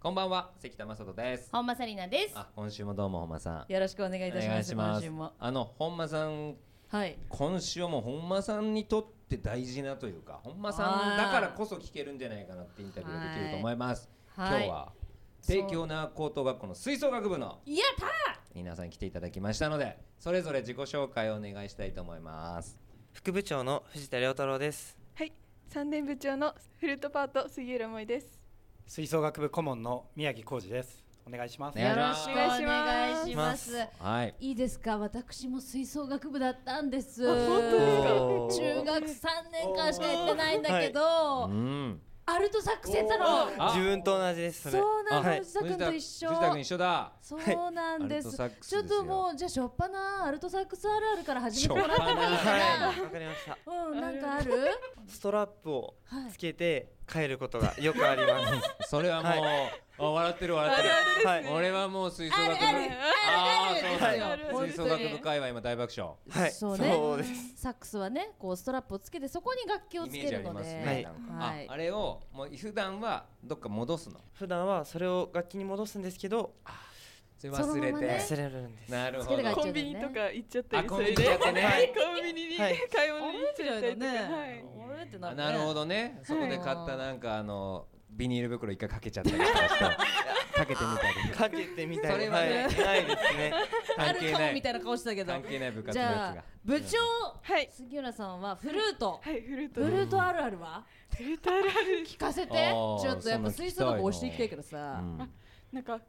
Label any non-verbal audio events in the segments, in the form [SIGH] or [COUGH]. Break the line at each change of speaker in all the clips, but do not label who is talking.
こんばんは関田正人です
本間紗理奈です。
あ今週もどうも本間さん
よろしくお願いいたします。今週も
あの本間さん
はい。
今週はもう本間さんにとって大事なというか本間さんだからこそ聞けるんじゃないかなってインタビューができると思います、
はい
今日は帝京奈高等学校の吹奏楽部の
やった
皆さん来ていただきましたのでそれぞれ自己紹介をお願いしたいと思います
副部長の藤田亮太郎です
はい、三年部長のフルートパート杉浦萌です。
吹奏楽部顧問の宮城浩二です。お願いします。
ね
よ
よ
ろ
ろ
し
し
く
く
お
お
願
願
い
い
し
し
ま
ますす。
はい
いいですか私も吹奏楽部だったんです。
あ本当ですか
おー
中学3年間しかやってないんだけど、
うん
アルトサックスやってたの
あ
自分と同じですれ
そうなの、
はい
藤田君と一緒
藤田君一緒だ
そうなんで
アル
す
トサックス
ちょっ
ですよ
ともうじゃあしょっぱなアルトサックスあるあるから始めてもらってもいいか
はいわかりました
なうんなんかある
ストラップを
はい
つけて帰ることがよくあります
[LAUGHS] それはもう、あ笑ってる笑ってる
はい
俺はもう吹奏楽部
あるある
あーそう
はい
そう
ある
吹奏楽部界は今大爆笑
はい
そうね
そうです
サックスはねこうストラップをつけてそこに楽器を
イ
つ
メ
け
ージあ
る
り
の
ます
で、
ね、
はい
は、
はいい
ああれをもう普段はどっか戻すの
普段はそれを楽器に戻すんですけど
それ忘れ
そのまま
て、
ね
忘れるんです
なる
つけ
ほ
るが
ど
一
コ
応
ンビニとか行っちゃったり
あ
す
コンビ
る
ニやってね
はい
コンビニに
はい
買い物に行っちゃったりとか。
はい
はい
俺って
あなるほどねそこで買ったなんかあのビニール袋一回かけちゃったりとか
[LAUGHS]
してかけてみたり
かけてみたい
それはね
い、ないですね
あ
関
る
係
か
な
もみ
い
たいな顔してたけど
関係ない部活
じ
のや
ゃ
つが
あ部長
はい、
杉浦さんはフルート
はい、フルート
フ
で
ルートあるあるは
す。フルートあるあるです
聞かせて
あー
ちょっとやっぱ
そんな聞
吹
き
奏
たいな
楽押していきたいけどさ
うん
なんか、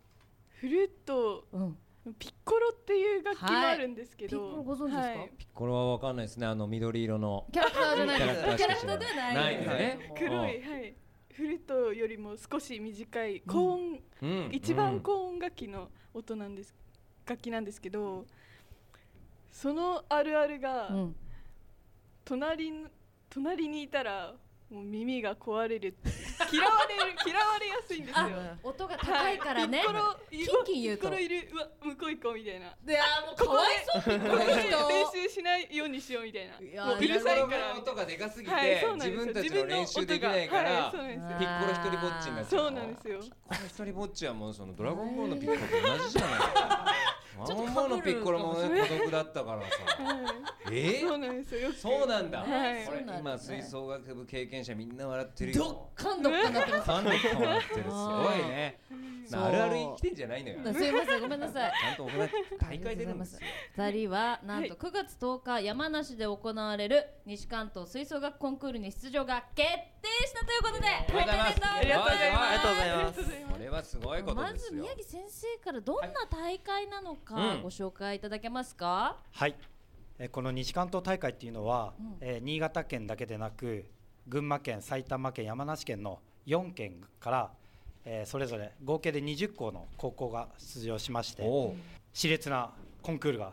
フルート、
うん
ピッコロっていう楽器もあるんですけ
はいピッコロ
ど。
ご存知ですか
はい
これはわかんないですねあの緑色の
キャラクターじゃない
キャラクターし
キャ
か
ラ
知
ク
ら
タ
ない
ーではない
ないんだね
黒い、はい。フルートよりも少し短い高音、
うん
一番高音楽器の音なんです、楽器なんですけど、そのあるあるが、
うん
隣の隣にいたらもう耳が壊れる嫌われる嫌われやすいんですよ
あ音が高いからね
ピッコロ
キンキン言うと
ピッコロいるうわ向こう行こうみたいない
やもうかわいそうピッコロの
練
人
習しないようにしようみたいない
や
もう
ピ
うる
ッコ
さい
ロ
か
の
ら
音がでかすぎて、
はいそうな
自
んですよ
分たちの練習できないから、
自分の音がはいそうなんですよ
ピッコロ一人ぼっちになっちゃうこの
そうなんですよ
一人ぼっちはもうそのドラゴンボールのピッコロと同じじゃないか。
ち
ワ
ょっ
ンワ
と被る
ンボールのピッコロも
かもし
ね孤独だったからさ。
はい
え
そうなんですよよく
そうなんだ。
はい
これ
そうなんだ
今
ね
吹奏楽部経験者みんな笑ってる
どっ
よ。
かんどっかんなってます
かんでもらってるすごいね。
そう
なあるある生きてんじゃないのよ。
[LAUGHS]
ち
すいませんごめんなさい
ゃんと行う大会出るんですよ。
二人はなんと
はい
9月10日山梨で行われる西関東吹奏楽コンクールに出場が決定したということでおめでとうござ
あ
い
りがとうございます
ます
ありがとうござい
ありが
ま
と
す
うござい
こ
ます
れはすごいこと
ま
で
ず
すよ
宮。城先生からどんな大会なの
は
か
い
ご紹介いただけますか、
はい。えーこの西関東大会っていうのは、
うん
えー新潟県だけでなく群馬県、埼玉県、山梨県の4県から、えーそれぞれ合計で20校の高校が出場しまして、
お
熾烈なコンクールが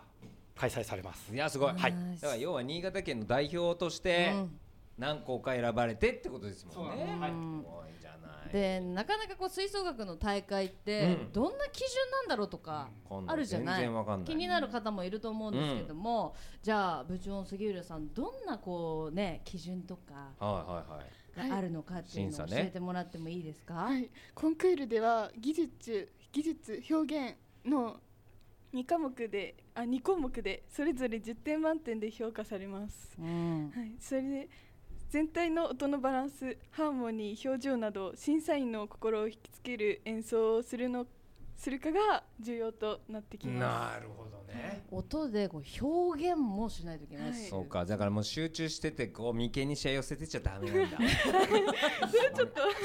開催されます
お。い。やすごい。
ナイス
はい。だから要は新潟県の代表として。
うん
何校か選ばれてってことですもんね。
そう
な
す
んで
ごいじゃない。
でなかなかこう吹奏楽の大会って
うん
どんな基準なんだろうとか
今度
あるじゃない,、
全然わかんない。
気になる方もいると思うんですけども、じゃあ部長の杉浦さんどんなこうね基準とか
はいはいはい。
があるのかっていうのを
審査
教
ね
えてもらってもいいですか、
はい、コンクールでは技術技術表現の2科目であ2項目でそれぞれ10点満点で評価されます、
うん
はい、それで全体の音のバランスハーモニー表情など審査員の心を引きつける演奏をするのするかが重要となってきま
るほどね。
音でこう表現もしないといけないし、
はい
そうか、だからもう集中してて、こう眉間にしわ寄せてちゃダメなん
[LAUGHS]
だ。
[LAUGHS]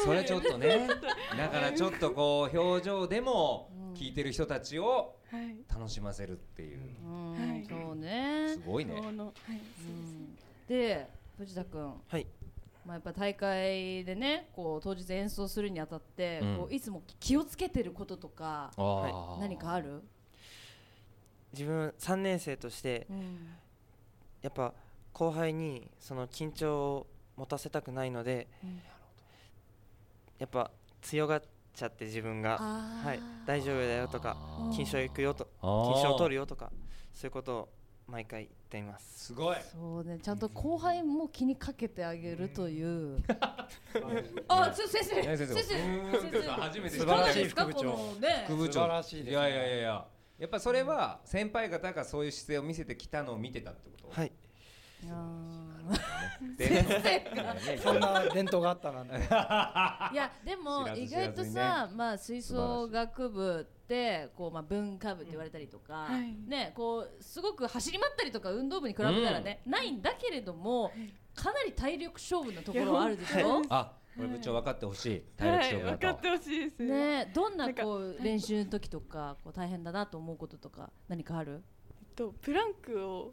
それはちょっとね、だからちょっとこう表情でも聞いてる人たちを
す。はい、
楽しませるっていう。
うん
はい
そうね
すごいね。
そのはい、
うんで藤田君、
はい
まあ、やっぱ大会でねこう当日演奏するにあたって、
うん
こういつも気をつけてることとか
あー
何かある、
自分3年生として
うん
やっぱ後輩にその緊張を持たせたくないので
うん
やっぱ強がっちゃって自分が
あー
はい大丈夫だよとか
あー
金賞行くよと
あー
金賞取るよとかそういうことを毎回行っています
すごい
そうね、ちゃんと後輩も気にかけてあげるという。
[LAUGHS]
あ、ちょ先生、
何
先
先生
生、
うーんってさ初めて聞いた
かがですか
素晴らしい副部
こ
長
のね。
副部長
素晴らしいですね
やいやいやいややっぱそれは先輩方がそういう姿勢を見せてきたのを見てたってこと、
はい
いや
で
そんな伝統があったなんて
ーいやでも
知らず
意
知らずにね
外とさ、まあ吹奏
素晴
楽部ってこうまあ文化部って言われたりとか、
うんはい
ねこうすごく走り回ったりとか運動部に比べたらね、ないんだけれどもかなり体力勝負のところはあるでし
いや
ょ
本。
あこれ部長分かってほしい体力
は
勝
い、
負だ
分
と、
かってほしいです。えっ
ねどんなこう
なんか
練習の時とかこう大変だなと思うこととか何かある？
とプランクを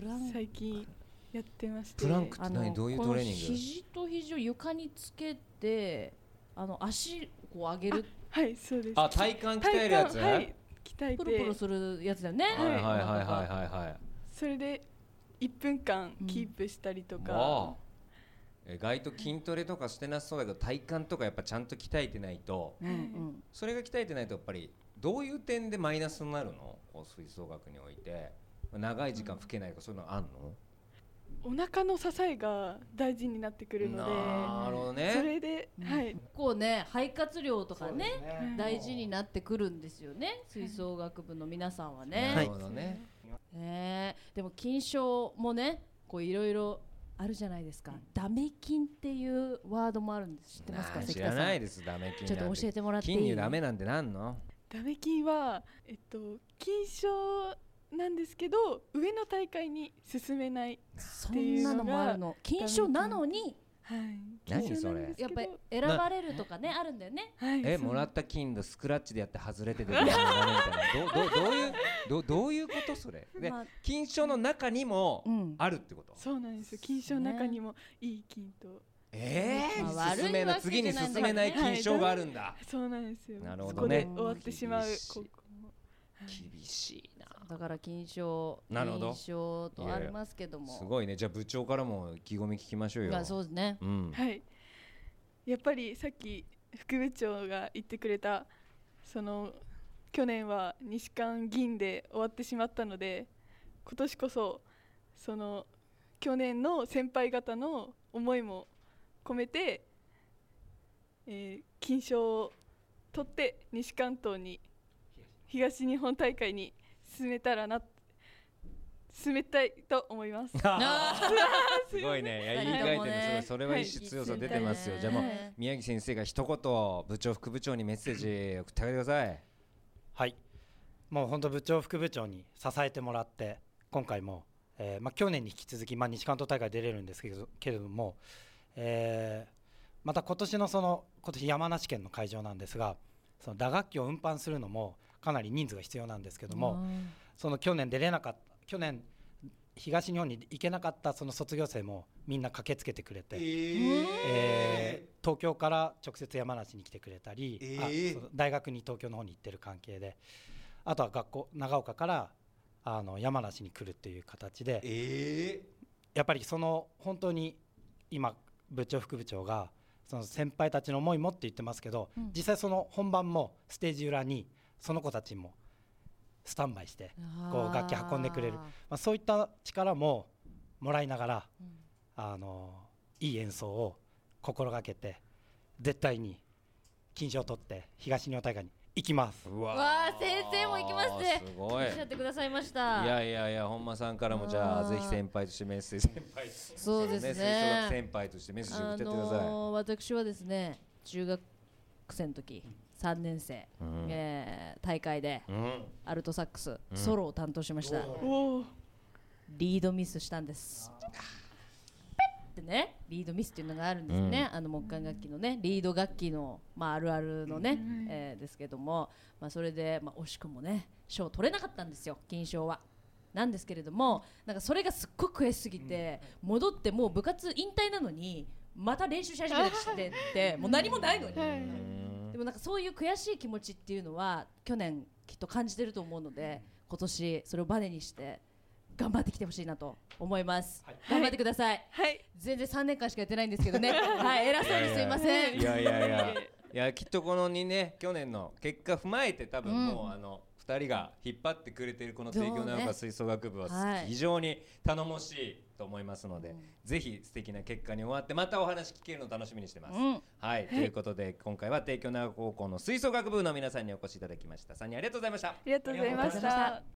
プラン
最近やってまして。
プランク
あ
って何どういうトレーニング
この肘と肘を床につけてあの足を上げる
はい、そうです。
あ体幹鍛えるやつ、
体幹はい、鍛えて。
プルプルするやつだよね。
はいはいはいはい
い。
はいはい
それで一分間キープしたりと
わあ
か、
意外と筋トレとかしてなさそうだけど体幹とかやっぱちゃんと鍛えてないと
うんうん。
それが鍛えてないとやっぱりどういう点でマイナスになるのこう吹奏楽において長い時間吹けないとかそういうのあんの、
お腹の支えが大事になってくるので、
なるほど
そ
ね
れで、
うん
はい、
結構ね肺活量とか
[LAUGHS] そう
ね
ですね
大事になってくるんですよね吹奏楽部の皆さんはね。
なるほどね、
ねえでも金賞もねこういろいろあるじゃないですか。ダメ金っていうワードもあるんです知ってますか
なあ
関
知
田
ら
さん？
ないですダメ筋
ちょっと教えてもらっていい？
筋乳ダメなんてなんの
ダメ筋はえっと金賞なんですけど上の大会に進めない、
そんなのもあるの金賞なのに
はい、
何
金賞なんですけ
やっ
ど
ぱり選ばれるとかねあるんだよね
はい、
え
そう
もらった金のスクラッチでやって外れててダメみたいなどどどういうどどういうことそれで
まあ
金賞の中にも
うん
あるってこと、
そうなんですよ金賞の中にもいい金と、
ええ
まあ
進めない
悪いわけ
次
じ
に
ゃないん
進
だけどね
めない金賞があるんだ、
そうなんですよ
なるほ
そ
ど
こ
ね
で終わってしまう
厳しい
高校もはい
厳しいな
だから金賞
なるほど
銀賞とありますけども
すごいねじゃあ部長からも意気込み聞きましょうよ
がそうですね
うん、
はい、やっぱりさっき副部長が言ってくれたその去年は西館銀で終わってしまったので今年こそその去年の先輩方の思いも込めて、えー金賞を取って西関東に東日本大会に進めたらな進めたいと思いま
[LAUGHS] [LAUGHS]
す。[LAUGHS]
すごいねいや
二
言い
人ともね
換えてるのすごいそれは一種強さ出てますよ、じゃあもう
はい
宮城先生が一言部長副部長にメッセージ送ってあげてください
はいもう本当部長副部長に支えてもらって今回も、えーまあ、去年に引き続き、まあ、西関東大会出れるんですけどけれども、えーまた今年のその今年山梨県の会場なんですがその打楽器を運搬するのもかなり人数が必要なんですけども、その去年出れなかった去年東日本に行けなかったその卒業生もみんな駆けつけてくれて、えー東京から直接山梨に来てくれたり、あそう大学に東京の方に行ってる関係であとは学校長岡からあの山梨に来るっていう形で、やっぱりその本当に今部長副部長がその先輩たちの思いもって言ってますけど、
うん
実際その本番もステージ裏にその子たちもスタンバイしてこう楽器運んでくれるまあ、そういった力ももらいながら、
うん
あのいい演奏を心がけて絶対に金賞を取って東日本大会に行きます。
うわ
わあ先生も行きますね
すごい
おっしゃってくださいまし
い
た
やいやいや本間さんからもじゃあ
あー
ぜひ先輩としてメッセージ先輩
そうです
吹
ね
奏楽先輩としてメッセージ送
あ
ってやってください、
のー私はですね中学生の時3年生、
うん
えー大会で
うん
アルトサックス
うん
ソロを担当しました、
おー
リードミスしたんです。ペッってねリードミスっていうのがあるんですね、あの木管楽器のねリード楽器の、まあ、あるあるのね、えーですけども、まあ、それで、まあ、惜しくもね賞取れなかったんですよ金賞は。なんですけれどもなんかそれがすっごく悔しすぎて、戻ってもう部活引退なのにまた練習し始めたりしてってもう何もないのに。でもなんかそういう悔しい気持ちっていうのは去年きっと感じてると思うので今年それをバネにして頑張ってきてほしいなと思います、頑張ってください、
はい
全然3年間しかやってないんですけ [LAUGHS] どねはい偉そうにすいません
いやいやいやいやきっとこのにね去年の結果踏まえて多分もう、あの2人が引っ張ってくれているこの帝京
そう
農
ね
科吹奏楽部
は
はい非常に頼もしいと思いますので、ぜひ素敵な結果に終わってまたお話聞けるのを楽しみにしてます。
うん
はいということで今回は帝京農科高校の吹奏楽部の皆さんにお越しいただきました3人ありがとうございました。
りがとうございま
ありがとうございました
した。